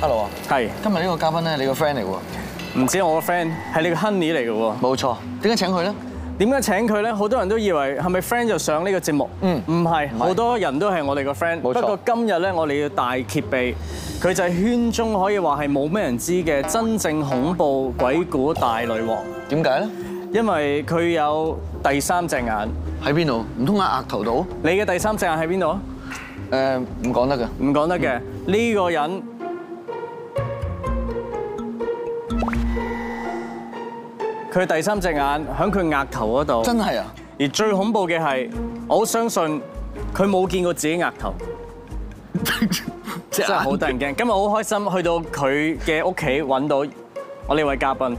Hello 啊，係今日呢個嘉賓咧，你個 friend 嚟喎，唔止我個 friend，係你個 Honey 嚟嘅喎。冇錯。點解請佢咧？點解請佢咧？好多人都以為係咪 friend 就上呢個節目？嗯唔係，好多人都係我哋個 friend。冇錯不過今日咧，我哋要大揭秘，佢就係圈中可以話係冇咩人知嘅真正恐怖鬼故大女王，點解咧？因為佢有第三隻眼。喺邊度？唔通喺額頭度？你嘅第三隻眼喺邊度啊？誒，唔講得㗎。唔講得嘅，嗯呢個人佢第三隻眼喺佢額頭嗰度。真係啊！而最恐怖嘅係，我相信佢冇見過自己額頭，真真啊係好得人驚。今日好開心去到佢嘅屋企揾到我呢位嘉賓，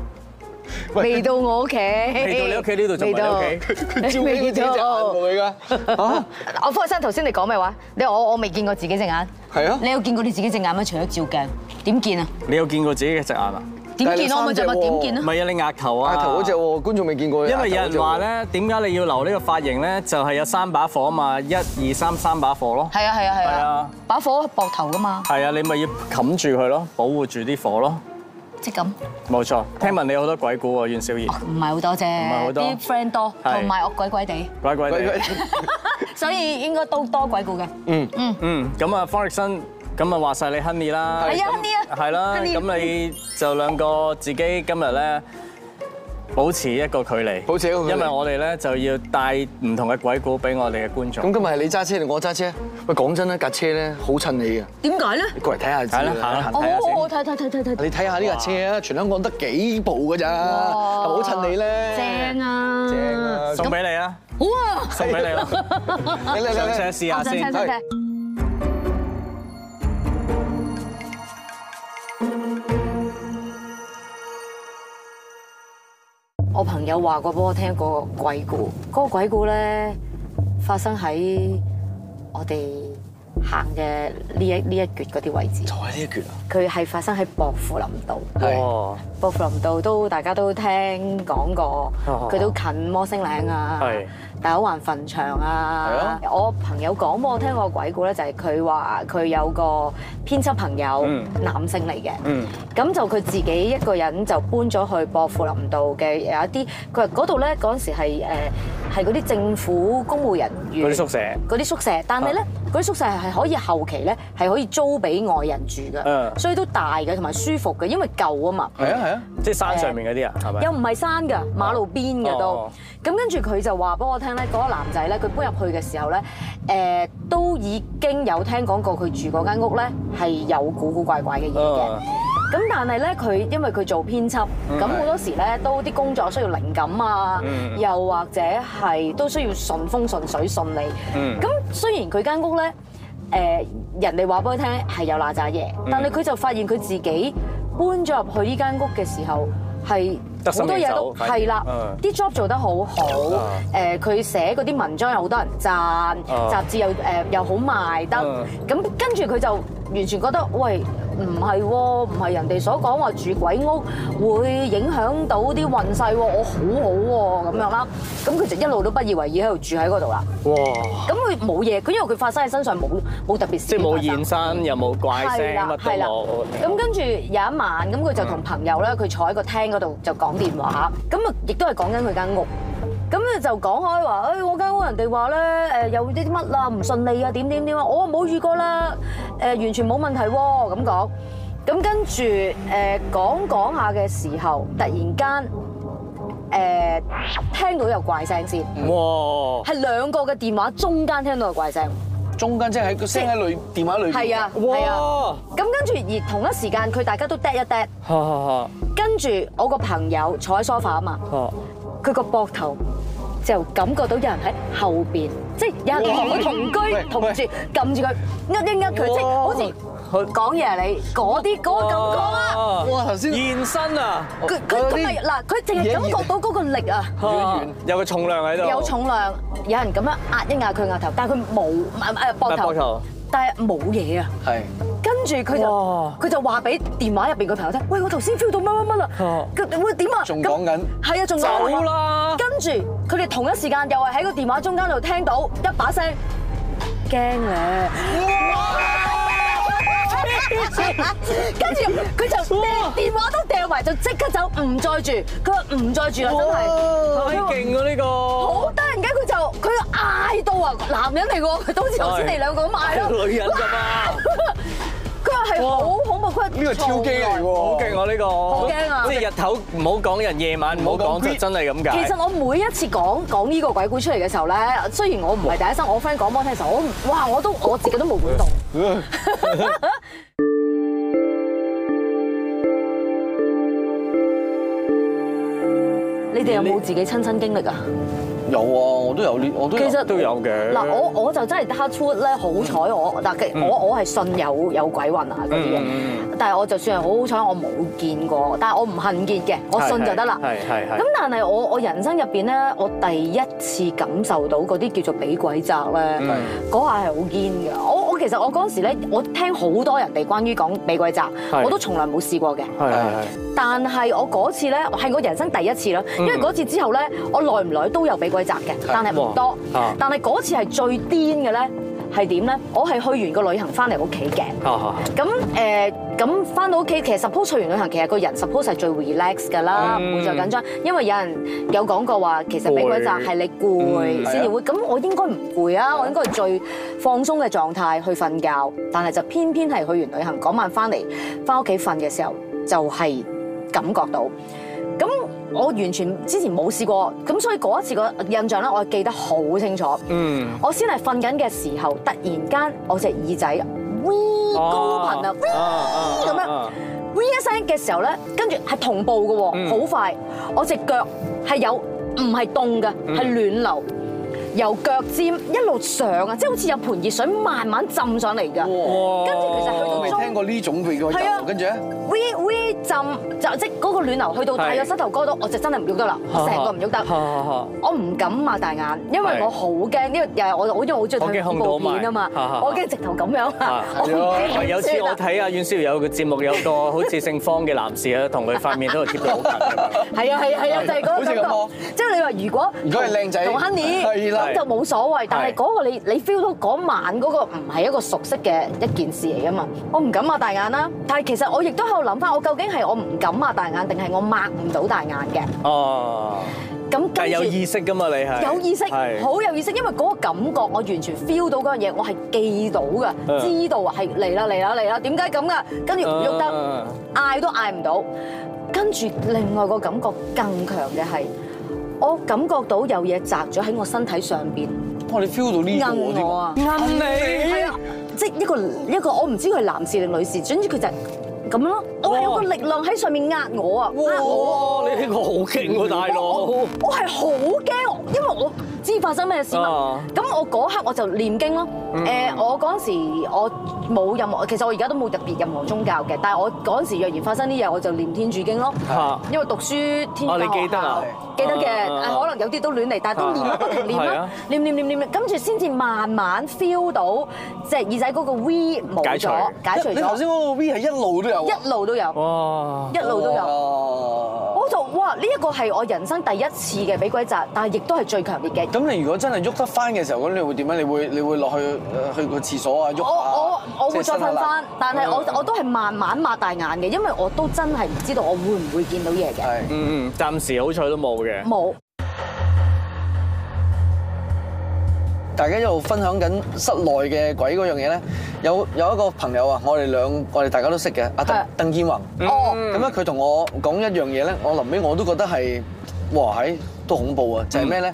未到我屋企，嚟到你屋企呢度 仲唔係 你屋企？未到。㗎。哦啊，我方生頭先你講咩話？你話我我未見過自己隻眼，係啊你有見過你自己隻眼咩？除咗照鏡，點見啊？你有見過自己嘅隻眼啊？點見啊？我咪就但係你三隻喎問點見唔啊？係啊，你額頭啊！額頭嗰隻喎，觀眾未見過。因為有人話，咧，點解你要留呢個髮型咧？就係有三把火啊嘛，一二三三把火咯。係啊係啊係係啊啊！把火喺膊頭噶嘛，係啊，你咪要冚住佢咯，保護住啲火咯。即係咁，冇錯，聽聞你有好多鬼故喎，阮小儀，唔係好多啫，係好多啲 friend 多，係同埋我 鬼鬼地，鬼鬼地。所以應該都多鬼故嘅。嗯，咁啊，方力申，咁啊話晒你 Honey 啦，係啊咁 Honey 啊係啦， Honey 咁你就兩個自己今日咧保持一個距離，保持一個距離因為我哋咧就要帶唔同嘅鬼故俾我哋嘅觀眾咁。今日係你揸車定我揸車？喂，講真啦，架車咧好襯你嘅，點解咧？你過嚟睇下知係啦，行啦，行我睇下好好先。睇睇睇睇睇，你睇下呢架車啊，全香港得幾部㗎咋，係咪好襯你咧？正！啊！正啊！送俾你啊，好啊！送俾 你啦，嚟嚟上嚟車嚟，試下我想先聽。想聽。我朋友話過俾我聽個鬼故，嗰、個鬼故咧發生喺我哋行嘅呢一呢一橛嗰啲位置，就係呢一橛啊！佢係發生喺薄扶林道。係哇，薄扶林道都大家都聽講過哦，佢都近摩星嶺啊係，大口環墳場係啊啊。我朋友講俾我聽個鬼故咧，就係佢話佢有個編輯朋友嗯，男性嚟嘅。嗯，咁就佢自己一個人就搬咗去薄扶林道嘅有一啲，佢話嗰度咧嗰陣時係誒係嗰啲政府公務人員嗰啲宿舍，嗰啲宿舍，但係咧嗰啲宿舍係可以後期咧係可以租俾外人住嗯嘅，所以都大嘅同埋舒服嘅，因為舊啊嘛。係啊係啊！即係山上面嗰啲啊，係咪？又唔係山㗎，馬路邊嘅都哦。咁跟住佢就話俾我聽咧，嗰個男仔咧，佢搬入去嘅時候咧，誒都已經有聽講過佢住嗰間屋咧係有古古怪怪嘅嘢嘅嗯。咁但係咧，佢因為佢做編輯，咁好多時咧都啲工作需要靈感啊，嗯又或者係都需要順風順水順利。嗯咁雖然佢間屋咧，誒人哋話俾佢聽係有嗱喳嘢，嗯但係佢就發現佢自己搬咗入去呢間屋嘅時候係得心好多嘢應手都反而係啦嗯，啲 job 做得好好啊，誒佢寫嗰啲文章有好多人讚，雜誌又誒又好賣得嗯，咁跟住佢就完全覺得喂。唔係喎，唔係人哋所講話住鬼屋會影響到啲運勢喎，我好好喎咁樣啦，咁佢就一路都不以為意喺度住喺嗰度啦。哇，咁佢冇嘢，佢因為佢發生喺身上冇冇特別事即係冇現現身，又冇怪聲，係啦乜都係啦冇。咁跟住有一晚，咁佢就同朋友咧，佢坐喺個廳嗰度就講電話，咁啊亦都係講緊佢間屋。咁咧就講開話，誒我間屋人哋話咧，誒有啲乜啦，唔順利啊，點點點啊，我冇遇過啦，誒完全冇問題喎，咁講。咁跟住誒講講下嘅時候，突然間誒聽到有怪聲先，哇，係兩個嘅電話中間聽到有怪聲。中間即係喺個聲喺裏電話裏邊。係啊係哇啊！咁跟住而同一時間，佢大家都嗒一嗒，哈哈跟住我個朋友坐喺 sofa 啊嘛，哈，佢個膊頭就感覺到有人喺後邊，即係有人同佢同喂居同住，撳住佢，呃一呃佢，即係好似好講嘢啊你嗰啲嗰個感覺啊！啊哇頭先現身啊！佢佢佢咪嗱，佢淨係感覺到嗰個力啊！有個重量喺度，有重量，有人咁樣壓一壓佢額頭，但係佢冇誒膊膊頭頭，但係冇嘢啊！係跟住佢就哇佢就話俾電話入邊個朋友聽，喂，我頭先 feel 到乜乜乜啦啊，佢會點啊？仲講緊咁係啊，仲講緊走。啦！跟住佢哋同一時間又係喺個電話中間度聽到一把聲，驚咧。跟住佢就掟電話都掉埋，就即刻走，唔再住。佢話唔再住啦，真係。太勁喎呢個！好得人驚，佢就佢嗌到啊，男人嚟喎，佢都好似頭先你兩個咁嗌咯。女人㗎嘛，佢話係好恐怖，佢話呢個挑機嚟喎，好勁！我呢個，好驚啊即係日頭唔好講，人夜晚唔好唔好講講，就真係咁其解實。我每一次講講呢個鬼故出嚟嘅時候咧，雖然我唔係第一身，我 friend 講俾我聽嘅時候，我唔哇我 都我自己都冇管動。你哋有冇自己親身經歷啊？有啊，我都有呢，我都其有實都有嘅嗱，我我就真係 touch wood 咧，好彩我嗱，其我我係信有有鬼魂啊嗰啲嘢嗯嗯，但係我就算係好好彩，我冇見過，但係我唔恨見嘅，我信就得啦。係係係咁。但係我我人生入邊咧，我第一次感受到嗰啲叫做俾鬼責咧，嗯嗰下係好堅嘅。我我其實我嗰陣時咧，我聽好多人哋關於講俾鬼責，係我都從來冇試過嘅。係係係。但係我嗰次咧係我人生第一次啦，嗯因為嗰次之後咧，我耐唔耐都有俾鬼襲嘅，但係唔多哇啊。但係嗰次係最癲嘅咧係點咧？我係去完個旅行翻嚟屋企嘅。啊咁誒，咁翻到屋企，其實 suppose 去完旅行，其實個人 suppose 係最 relax 㗎啦，唔嗯會再緊張。因為有人有講過話，其實俾鬼責係你攰先至會。咁我應該唔攰啊，我應該係最放鬆嘅狀態去瞓覺。但係就偏偏係去完旅行嗰晚翻嚟，翻屋企瞓嘅時候就係感覺到。咁我完全之前冇試過，咁所以嗰一次個印象咧，我記得好清楚。嗯。我先係瞓緊嘅時候，突然間我隻耳仔 wee 高頻啊啊 wee 啊咁樣啊 wee 一聲嘅時候咧，跟住係同步嘅喎，嗯好快。我隻腳係有唔係凍嘅，係暖流。由腳尖一路上啊，即係好似有盆熱水慢慢浸上嚟㗎。哇跟住其實去到我未中聽過呢種被鬼係啊襲，跟住咧， wee wee 浸就即係嗰個暖流去到大約膝頭哥度，我就真係唔喐得啦，我成個唔喐得。我唔敢擘大眼，因為係我好驚，因為又係我我因為我好中意睇我驚恐怖恐到埋片啊嘛哈哈，我驚直頭咁樣啊啊，我唔知係有次我睇阿阮思瑤有個節目，有個好似姓方嘅男士啊，同佢塊面都係貼到好近咁樣。係啊係啊係啊，就係嗰好個似感咁喎覺。即係你話如果如果係靚仔同 Honey 係啦咁就冇所謂，但係係嗰個你你 feel 到嗰晚嗰個唔係一個熟悉嘅一件事嚟噶嘛，我唔敢擘大眼啦。但係其實我亦都喺度諗翻，我究竟係我唔敢擘大眼，定係我擘唔到大眼嘅？哦，咁但係跟有住。意識㗎嘛，你係有意識，係好有意識，因為嗰個感覺我完全 feel 到嗰樣嘢，我係記到嘅，嗯知道啊，係嚟啦嚟啦嚟啦，點解咁噶？跟住唔喐得，啊嗌都嗌唔到。跟住另外個感覺更強嘅係，我感覺到有嘢擲咗喺我身體上邊，哇！你 feel 到呢個摁添我啊啊！啱係你啊，即係一個一個，我唔知佢係男士定女士，總之佢就係咁樣咯。我係有個力量喺上面壓我啊，壓我啊。哇！你呢個好勁喎，大佬。我係好驚，因為我唔知發生咩事嘛啊。咁我嗰刻我就念經咯。誒，我嗰陣時我冇任何，其實我而家都冇特別任何宗教嘅，但係我嗰陣時若然發生啲嘢，我就念天主經咯。嚇因為讀書天哦主你記得啊記得嘅，啊誒可能有啲都亂嚟，但係都念啦，啊不停念係啦啊，念念念念念，跟住先至慢慢 feel 到隻耳仔嗰個 V 冇解除咗，解除你頭咗，先嗰個 V 係一路都有啊，一路都有，哇！一路都有。有。我就哇！呢一個係我人生第一次嘅俾鬼砸，但係亦都係最強烈嘅。咁你如果真係喐得翻嘅時候，咁你會點啊樣？你會你會落去呃去個廁所啊，喐下我我我會再即係伸下瞓嗯懶翻，但係我我都係慢慢擘大眼嘅，因為我都真係唔知道我會唔會見到嘢嘅。係嗯嗯，暫時好彩都冇嘅。冇，大家一路分享緊室內嘅鬼嗰樣嘢咧，有有一個朋友啊，我哋兩我哋大家都識嘅，阿係鄧鄧建宏。哦，咁咧佢同我講一樣嘢咧，我臨尾我都覺得係，哇喺都恐怖啊！就係咩咧？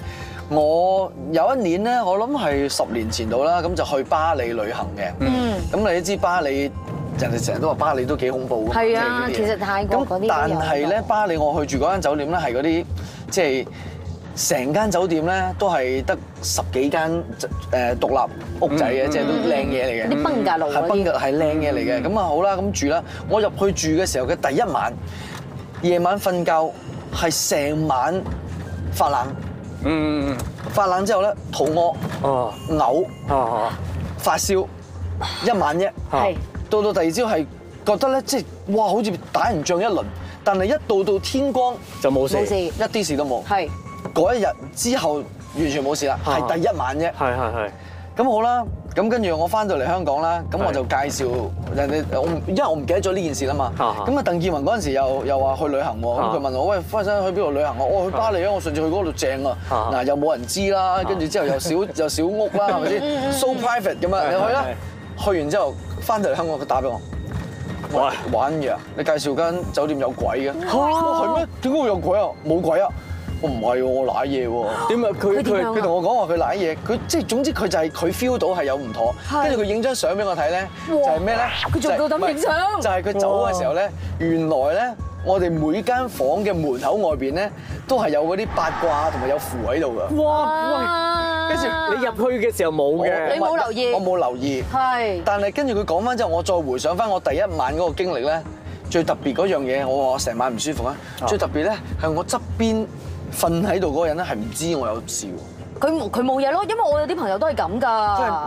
我有一年咧，我諗係十年前到啦，咁就去巴黎旅行嘅。嗯，咁你都知巴黎，人哋成日都話巴黎都幾恐怖㗎嘛係啊即係嗰啲嘢其實泰國嗰啲都咁有但係咧，巴黎我去住嗰間酒店咧，係嗰啲即係成間酒店咧都係得十幾間誒獨立屋仔嘅，即係都靚嘢嚟嘅。啲崩架路係嗰崩啲嘅，係靚嘢嚟嘅。咁啊好啦，咁住啦。我入去住嘅時候嘅第一晚，夜晚瞓覺係成晚發冷，嗯，發冷之後咧肚屙、哦，嘔、哦，發燒，一晚啫。係到 到第二朝係覺得咧，即係哇，好似打完仗一輪，但係一到到天嗯光就冇事。冇事一啲事都冇。係嗰一日之後完全冇事啦，啊係第一晚啫。係係係。咁好啦，咁跟住我翻到嚟香港啦，咁係我就介紹人哋，我唔因為我唔記得咗呢件事啦嘛。啊啊咁啊，鄧建文嗰陣時又又話去旅行喎，啊咁佢問我喂，翻身去邊度旅行啊？我去巴黎啊，我上次去嗰度正啊，啊嗱又冇人知啦，跟住之後 又少又少屋啦，係咪先？So private 咁啊，你去啦係。去完之後翻到嚟香港，佢打俾我。喂，玩嘢啊！你介紹間酒店有鬼嘅？嚇係咩？點解會有鬼啊？冇鬼啊！我唔係喎，我賴嘢喎。點啊？佢佢點樣佢啊佢同我講話佢舐嘢，佢即係總之佢就係佢 feel 到係有唔妥，係跟住佢影張相俾我睇咧，就係咩咧？佢仲夠膽影相就係佢走嘅時候咧，原來咧我哋每間房嘅門口外邊咧都係有嗰啲八卦同埋有符喺度㗎。哇！喂，跟住你入去嘅時候冇我嘅你，冇留意我冇留意。係但係跟住佢講翻之後，我再回想翻我第一晚嗰個經歷咧，最特別嗰樣嘢，我話我成晚唔舒服啊！哦最特別咧係我側邊瞓喺度嗰個人咧係唔知我有事喎。佢冇佢冇嘢咯，因為我有啲朋友都係咁即係㗎。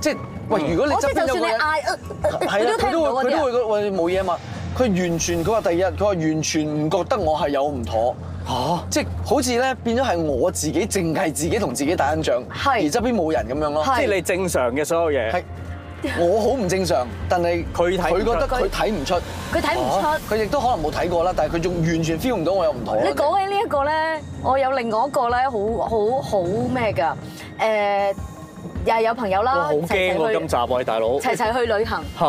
即係喂，如果你我即側係邊有嗯就算個你人，嗌，呃呃係呃佢啊都，佢聽都唔會佢都到嗰啲會啊。覺得喂冇嘢嘛。佢完全佢話第二日佢話完全唔覺得我係有唔妥。嚇即係好似咧變咗係我自己，淨係自己同自己打緊仗，係而側邊冇人咁樣咯。係即係你正常嘅所有嘢係。我好唔正常，但係佢睇唔佢出覺得佢睇唔出，佢睇唔出啊佢亦都可能冇睇過啦，但係佢仲完全 feel 唔到我有唔妥。你講啊起呢一個咧，我有另外一個咧，好好好咩㗎？誒，又係有朋友哇！啦，好齊齊驚喎，今去集喂大佬。齊齊去旅行。嚇！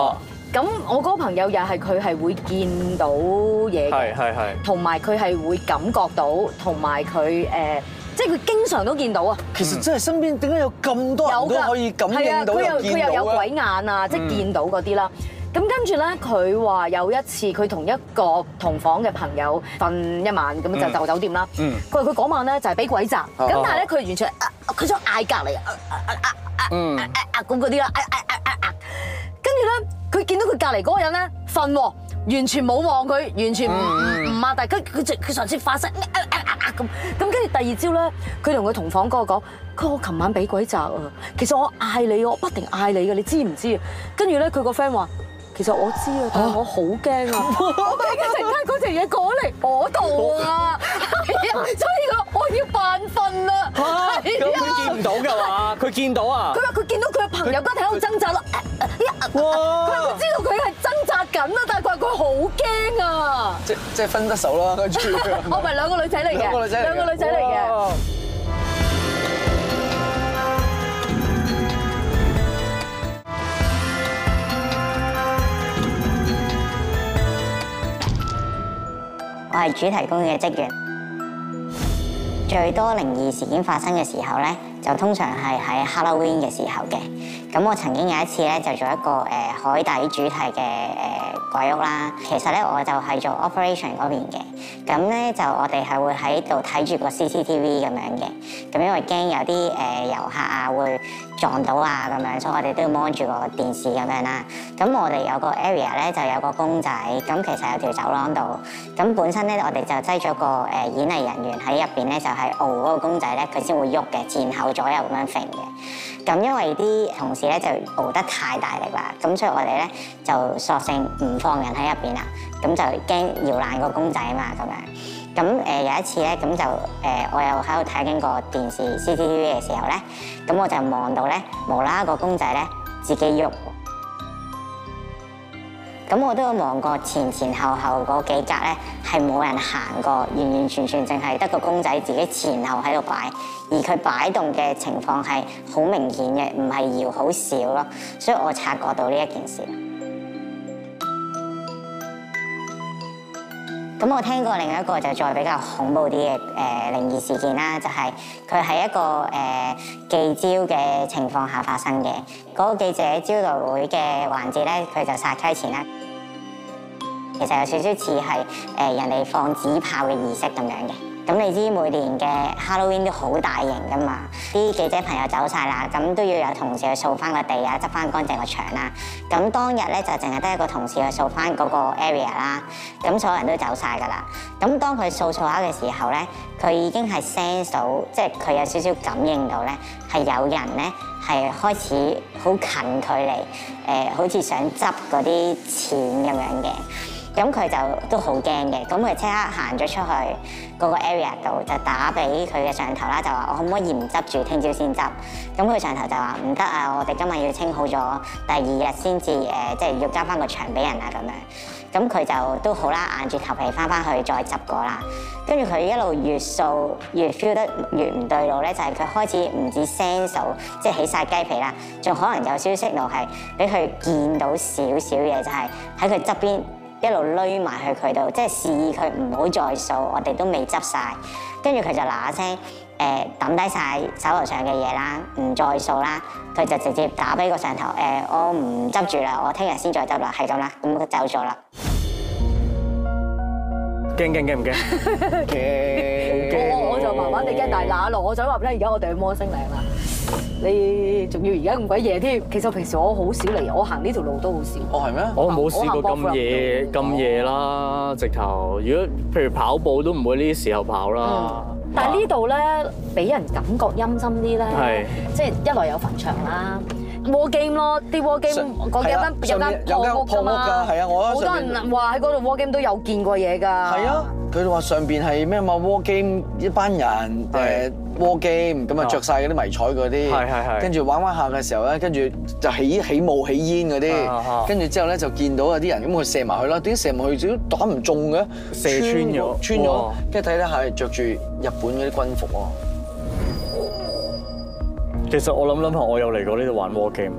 咁我嗰個朋友又係佢係會見到嘢嘅。係係係。同埋佢係會感覺到，同埋佢誒，即係佢經常都見到啊，其實真係身邊點解有咁多人有都㗎，可以感係啊應到佢又又佢見又到有鬼咧？眼啊，即係見到嗰啲啦。咁跟住咧，佢話有一次佢同一個同房嘅朋友瞓一晚，咁就就酒店啦。嗯佢話佢嗰晚咧就係俾鬼襲，咁但係咧佢完全啊佢想嗌隔離啊啊啊啊啊嗯啊啊咁嗰啲啦，啊啊啊啊啊，跟住咧佢見到佢隔離嗰個人咧瞓喎。完全冇望佢，完全唔唔唔啊！但係佢佢佢上次發生啊啊啊啊咁咁，跟住第二朝咧，佢同佢同房嗰個講，佢話我琴晚俾鬼襲啊！其實我嗌你，我不停嗌你嘅，你知唔知啊？跟住咧，佢個 friend 話。其實我知啊，但係我好驚啊！我驚一陣間嗰條嘢過嚟我度啊，係啊，所以我我要扮瞓啦。啊 嚇！咁佢見唔到㗎嘛？佢見到啊！佢話佢見到佢嘅朋友都喺度掙扎啦，誒誒哎呀佢話佢知道佢係掙扎緊啦，但係佢話佢好驚啊！即即係分得手 啦，跟住啊我咪兩個女仔嚟兩個女嘅，仔嚟嘅兩個女仔嚟嘅。哇我係主題公園嘅職員。最多靈異事件發生嘅時候呢，就通常係喺 Halloween 嘅時候嘅。咁我曾經有一次呢，就做一個誒、呃海底主題嘅誒、呃鬼屋啦。其實呢，我就係做 operation 嗰邊嘅。咁呢，就我哋係會喺度睇住個 CCTV 咁樣嘅。咁因為驚有啲誒、呃遊客啊會撞到啊咁樣，所以我哋都要 mon 住個電視咁樣啦。咁我哋有個 area 呢，就有個公仔，咁其實有條走廊度。咁本身咧，我哋就擠咗個誒演藝人員喺入邊咧，就係熬嗰個公仔咧，佢先會喐嘅，前後左右咁樣揈嘅。咁因為啲同事咧就熬得太大力啦，咁所以我哋咧就索性唔放人喺入邊啦，咁就驚搖爛個公仔嘛咁樣。咁誒、呃有一次咧，咁就誒、呃我又喺度睇緊個電視 CCTV 嘅時候咧，咁我就望到咧無啦啦個公仔咧自己喐喎。咁我都有望過前前後後嗰幾格咧，係冇人行過，完完全全淨係得個公仔自己前後喺度擺，而佢擺動嘅情況係好明顯嘅，唔係搖好少咯，所以我察覺到呢一件事。咁我聽過另一個就再比較恐怖啲嘅誒靈異事件啦，就係佢喺一個誒、呃、記招嘅情況下發生嘅。嗰、個記者招待會嘅環節咧，佢就殺雞前啦。其實有少少似係誒人哋放紙炮嘅儀式咁樣嘅。咁你知每年嘅 Halloween 都好大型噶嘛，啲記者朋友走晒啦，咁都要有同事去掃翻個地啊，執翻乾淨個場啦。咁當日咧就淨係得一個同事去掃翻嗰個 area 啦，咁所有人都走晒噶啦。咁當佢掃掃下嘅時候咧，佢已經係 sense 到，即係佢有少少感應到咧，係有人咧係開始呃好近距離，誒、好似想執嗰啲錢咁樣嘅。咁佢就都好驚嘅，咁佢即刻行咗出去嗰個 area 度就打俾佢嘅上頭啦，就話我可唔可以唔執住，聽朝先執？咁佢上頭就話唔得啊，我哋今日要清好咗，第二日先至誒，呃即係要交翻個場俾人啊咁樣。咁佢就都好啦，硬住頭皮翻翻去再執過啦。跟住佢一路越掃越 feel 得越唔對路咧，就係、佢開始唔止 sense 到即係起晒雞皮啦，仲可能有少少 signal 係俾佢見到少少嘢，就係喺佢側邊一路攏埋去佢度，即係示意佢唔好再掃，我哋都未執晒。跟住佢就嗱嗱聲誒抌低晒手頭上嘅嘢啦，唔再掃啦，佢就直接打俾個上頭誒、我唔執住啦，我聽日先再執啦，係咁啦，咁佢走咗啦。驚驚驚唔驚？嘅我我就麻麻地驚，但係嗱嗱，我想話俾你聽，而家我哋去摩星嶺啦。你仲要而家咁鬼夜添？其實平時我好少嚟，我行呢條路都好少。哦係咩？我冇試過咁夜咁夜啦，直頭。如果譬如跑步都唔會呢啲時候跑啦。但係呢度咧，俾人感覺陰森啲咧係，即係一來有墳場啦。war game 咯，啲 war 上 game 嗰係啊間上有間面有間破屋破㗎嘛屋㗎係啊我喺好多上面人話喺嗰度 war game 都有見過嘢㗎。係係啊，佢話上邊係咩嘛 war game 一班人誒係 war game 咁啊啊着晒嗰啲迷彩嗰啲，係係係跟住玩玩下嘅時候咧，跟住就起起霧起煙嗰啊啊啊啲，跟住之後咧就見到有啲人咁佢射埋去啦，點解射埋去都打唔中嘅？射穿咗穿咗哇，跟住睇睇下係着住日本嗰啲軍服喎，其實我諗諗下，我有嚟過呢度玩 war game。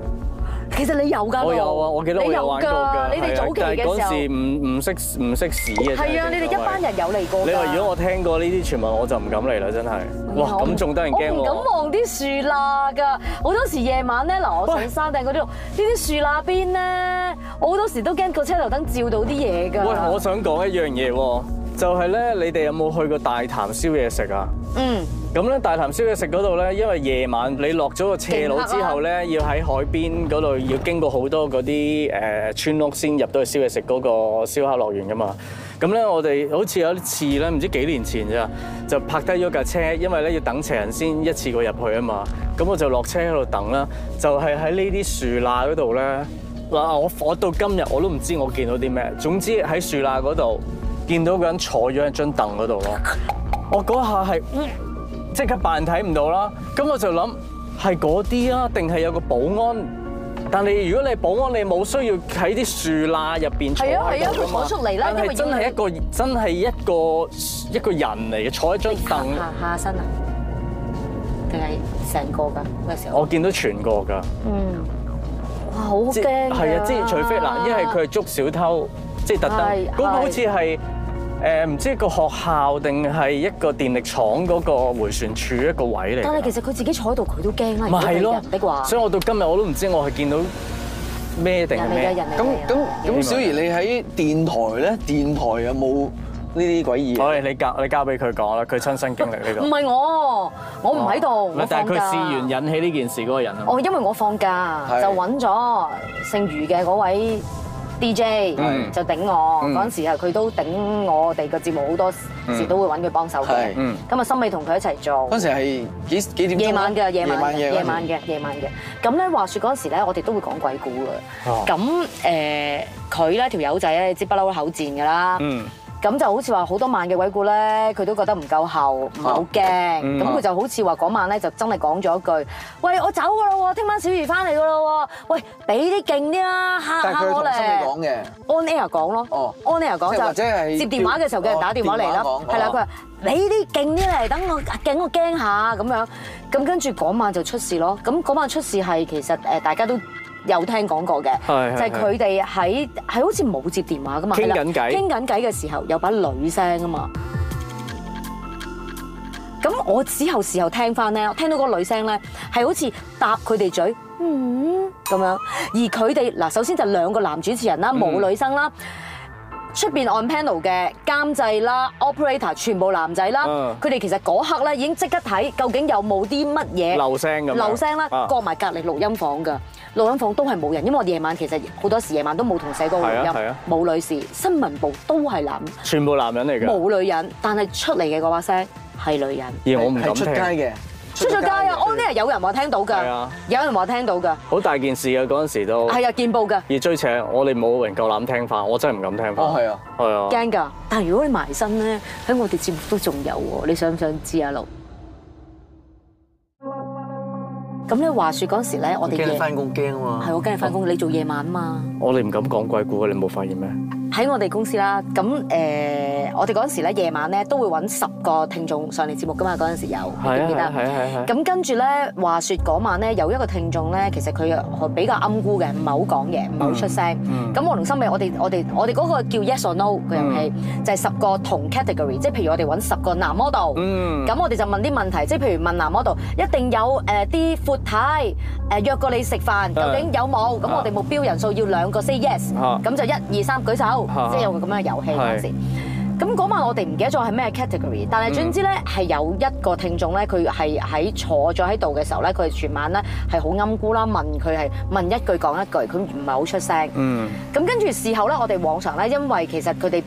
其實你有㗎，我有啊，我記得我有玩過㗎。你哋早期係啊但係嘅時嗰候時。唔唔識唔識屎嘅。係啊，你哋一班。人有嚟過㗎。你話如果我聽過呢啲傳聞，我就唔敢嚟啦，真係。哇，咁仲得人驚我唔敢喎！望啲樹罅㗎，好多時夜晚咧，嗱我上山頂嗰啲路，呢啲樹罅邊咧，我好多時都驚個車頭燈照到啲嘢㗎。喂，我想講一樣嘢喎，就係咧，你哋有冇去過大潭燒嘢食啊？嗯，咁咧大潭燒嘢食嗰度咧，因為夜晚你落咗個斜路之後咧，要喺海邊嗰度要經過好多嗰啲誒村屋先入到去燒嘢食嗰個燒烤樂園噶嘛。咁咧我哋好似有一次咧，唔知幾年前咋，就泊低咗架車，因為咧要等斜人先一次過入去啊嘛。咁我就落車喺度等啦，就係喺呢啲樹罅嗰度咧。嗱，我我到今日我都唔知我見到啲咩，總之喺樹罅嗰度見到個人坐咗喺張凳嗰度咯。我嗰下係。嗯即刻扮睇唔到啦。咁我就諗係嗰啲啊，定係有個保安？但你如果你係保安，你冇需要喺啲樹罅入邊坐係啊喺係啊度㗎嘛佢坐出嚟啦但因為係真係一個真係一個一個人嚟嘅，坐喺張凳，下下身啊，定係成個㗎嗰時候。我見到全個㗎。嗯，哇，好驚即㗎係啊，即係除非嗱，一係佢係捉小偷，即係特登係嗰個好係似係。誒唔知個學校定係一個電力廠嗰個迴旋處一個位嚟㗎。但係其實佢自己坐喺度，佢都驚啦。咪係如咯果佢係人的話，所以我到今日我都唔知我係見到咩定人係嚟嘅咩。人嚟咁嘅。咁咁小儀你喺電台咧，電台有冇呢啲鬼嘢？好，你交你交俾佢講啦，佢親身經歷呢唔個。係我，我唔喺度，我但係放佢假試完引起呢件事嗰個人啊。哦，因為我放假係就揾咗姓余嘅嗰位 DJ 係就頂我，嗯嗰陣時係佢都頂我哋個節目好多時都會揾佢幫手嘅係，嗯咁啊心理同佢一齊做嗰。陣時係幾幾點鐘啊？夜晚嘅，夜晚嘅，夜晚嘅嗰陣夜時晚嘅，夜晚嘅。咁咧話説嗰陣時咧，我哋都會講鬼故哦嘅。咁誒，佢咧條友仔咧，你知不嬲都口賤㗎啦。嗯，咁就好似話好多晚嘅鬼故咧，佢都覺得唔夠後，唔啊係好驚。嗯咁佢就好似話嗰晚咧就真係講咗一句：，喂，我走㗎啦喎，聽晚小儀翻嚟㗎啦喎，喂，俾啲勁啲啦，嚇但係嚇佢我同心你咧。講嘅。 on air 講咯哦，on air 講即係或者係就接電話嘅時候，有人打電話嚟啦，哦電話講係啦，哦佢話你啲勁啲嚟，等我勁我驚下咁樣，咁跟住嗰晚就出事咯。咁嗰晚出事係其實誒大家都有聽講過嘅，係係就係佢哋喺係好似冇接電話噶嘛，傾係啦緊偈傾緊偈嘅時候有把女聲啊嘛。咁我之後事後聽翻咧，我聽到嗰個女聲咧係好似搭佢哋嘴，嗯咁樣。而佢哋嗱，首先就兩個男主持人嗯啦，冇女生啦，出邊 on panel 嘅監製啦、operator 全部男仔啦嗯，佢哋其實嗰刻咧已經即刻睇究竟有冇啲乜嘢漏聲咁樣。漏聲啦，啊過埋隔離錄音房㗎。錄音房都係冇人，因為我哋夜晚其實好多時夜晚都冇同社工錄係音啊係啊，冇女士，新聞部都係男，全部男人嚟嘅。冇女人，但係出嚟嘅嗰把聲係女人。而我唔係敢出街聽。嘅，出咗街啊出咗！on air 有人話聽到係㗎啊，有人話聽到㗎，好大件事嘅嗰陣時都。係啊，見報㗎，而最邪，我哋冇人夠膽聽翻，我真係唔敢聽翻。哦係啊，係啊。驚㗎。但係如果你埋身咧，喺我哋節目都仲有喎，你想唔想知啊？路咁咧，話説嗰時咧，我驚哋你夜翻工驚啊嘛。係我驚你翻工，你做夜晚啊嘛。我哋唔敢講鬼故嘅，你冇發現咩？喺我哋公司啦，咁誒、呃我哋嗰陣時咧夜晚咧都會揾十個聽眾上嚟節目噶嘛，嗰陣時有，你記唔記得？係啊係。咁跟住咧，話説嗰晚咧，有一個聽眾咧，其實佢比較暗孤嘅，唔係好講嘢，唔係好出聲。咁、嗯我同心美，我哋我哋我哋嗰個叫 Yes or No 個遊戲，就係十個同 category，即係譬如我哋揾十個男 model，咁、嗯我哋就問啲問題，即係譬如問男 model 一定有誒啲闊太誒約過你食飯，究竟有冇？咁啊我哋目標人數要兩個 say yes，啊咁就一二三舉手啊，即係有個咁樣嘅遊戲嗰陣時。咁嗰晚我哋唔記得咗係咩 category，但係總之咧係有一個聽眾咧，佢係喺坐咗喺度嘅時候咧，佢全晚咧係好陰孤啦，問佢係問一句講一句，佢唔係好出聲。嗯。咁跟住事後咧，我哋往常咧，因為其實佢哋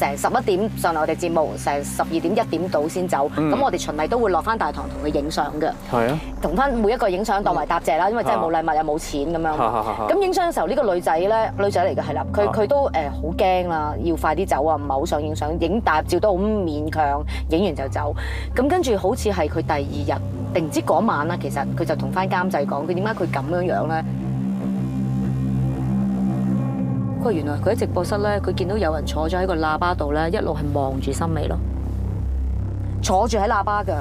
成十一點上嚟我哋節目，成十二點一點到先走，咁、嗯我哋循例都會落翻大堂同佢影相嘅，係啊。同翻每一個影相當為答謝啦，因為真係冇禮物又冇錢咁樣。咁影相嘅時候，呢個女仔咧，女仔嚟嘅係啦，佢啊佢都誒好驚啦，要快啲走啊，唔係好想影相，影大合照都好勉強，影完就走。咁跟住好似係佢第二日定唔知嗰晚啊啦，其實佢就同翻監製講，佢點解佢咁樣樣咧？佢話原來佢喺直播室咧，佢見到有人坐咗喺個喇叭度咧，一路係望住森美咯，坐住喺喇叭㗎，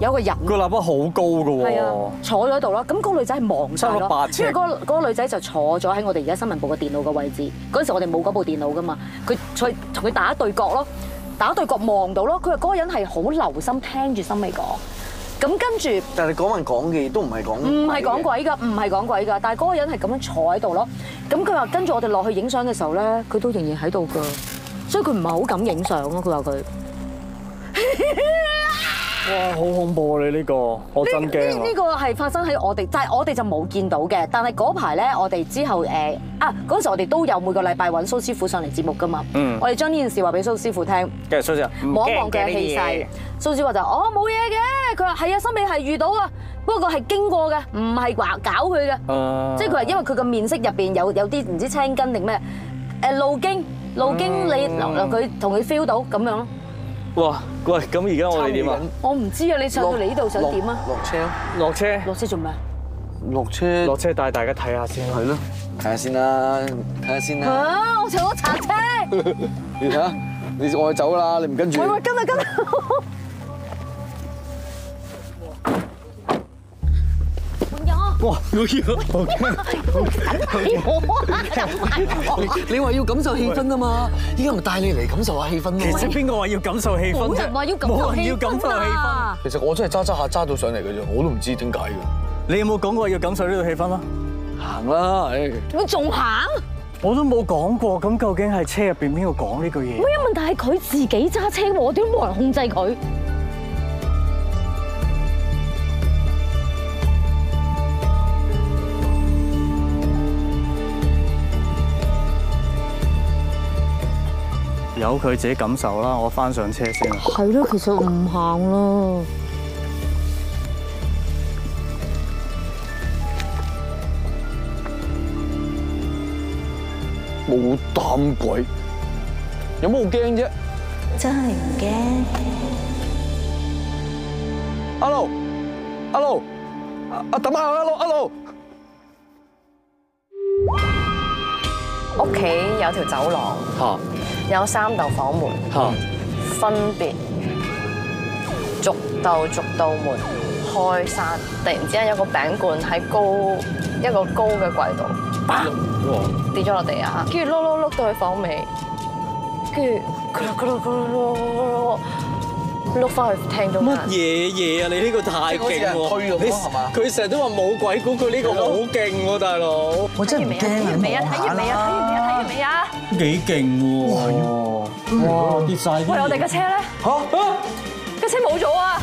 有個人。個喇叭好高嘅係喎啊。，坐咗喺度咯。咁嗰個女仔係望晒哦差唔多八咯，尺因為嗰個嗰個女仔就坐咗喺我哋而家新聞部嘅電腦嘅位置。嗰陣時我哋冇嗰部電腦噶嘛，佢佢同佢打對角咯，打對角望到咯。佢話嗰個人係好留心聽住心美講。咁跟住但係你嗰晚講嘅嘢都唔係講唔係講鬼嘅。鬼㗎，唔係講鬼㗎，但係嗰個人係咁樣坐喺度咯。咁佢話跟住我哋落去影相嘅時候咧，佢都仍然喺度㗎，所以佢唔係好敢影相咯。佢話佢。哇，好恐怖啊！你呢個，我真呢驚呢啊！個係發生喺我哋，但係我哋就冇見到嘅。但係嗰排咧，我哋之後誒啊嗰陣時，我哋都有每個禮拜揾蘇師傅上嚟節目噶嘛。嗯我哋將呢件事話俾蘇師傅聽，跟住蘇姐，唔望一望驚嘅佢嘅呢氣啲勢嘢。。蘇師傅就哦冇嘢嘅，佢話係啊，心美係遇到啊，不過係經過嘅，唔係話搞佢嘅。誒即係佢話因為佢個面色入邊有有啲唔知青筋定咩誒路經路經你嗯佢同佢 feel 到咁樣咯。哇，喂，咁而家我哋點啊？我唔知啊，你上到嚟呢度想點啊？落落車咯，落車，落車做咩啊？落車落車帶大家睇下先啦。係咯，睇下先啦，睇下先啦。啊！我坐咗賊車。你睇下，你我走啦，你唔跟住喂。喂，跟啊跟啊！朋友，哇！我要 你話要感受氣氛啊嘛，依家咪帶你嚟感受下氣氛其實咯。邊個話要感受氣氛冇啫人？話要感受冇人氣要感受氛氣氛。啊！其實我真係揸揸下揸到上嚟嘅啫，我都唔知點解嘅。你有冇講過要感受呢度氣氛啊？行啦，唉，你仲行？我都冇講過，咁究竟係車入邊邊個講呢句嘢？咩問題係佢自己揸車喎，點冇人控制佢？由佢自己感受啦，我翻上車先啦。係咯，其實唔行咯。冇膽鬼，有冇好驚啫真係唔驚。 ？Hello，hello，阿啊等下，hello，hello。屋企有條走廊，嚇有三道房門，嚇分別逐道逐道門開山。突然之間有個餅罐喺高一個高嘅櫃度，砰跌咗落地啊！跟住碌碌碌到去房尾，跟住咕嚕咕嚕咕嚕咕嚕咕嚕碌翻去廳中乜間。嘢嘢啊！你呢個即係太勁好似有人喎！推咁咯係嘛你佢成日都話冇鬼故，佢呢個好勁喎，大佬我真係唔驚你啊！睇完未啊？睇完未啊？睇完未啊？幾勁喎！哇，跌晒喂，我哋嘅車咧，嚇！架車冇咗啊！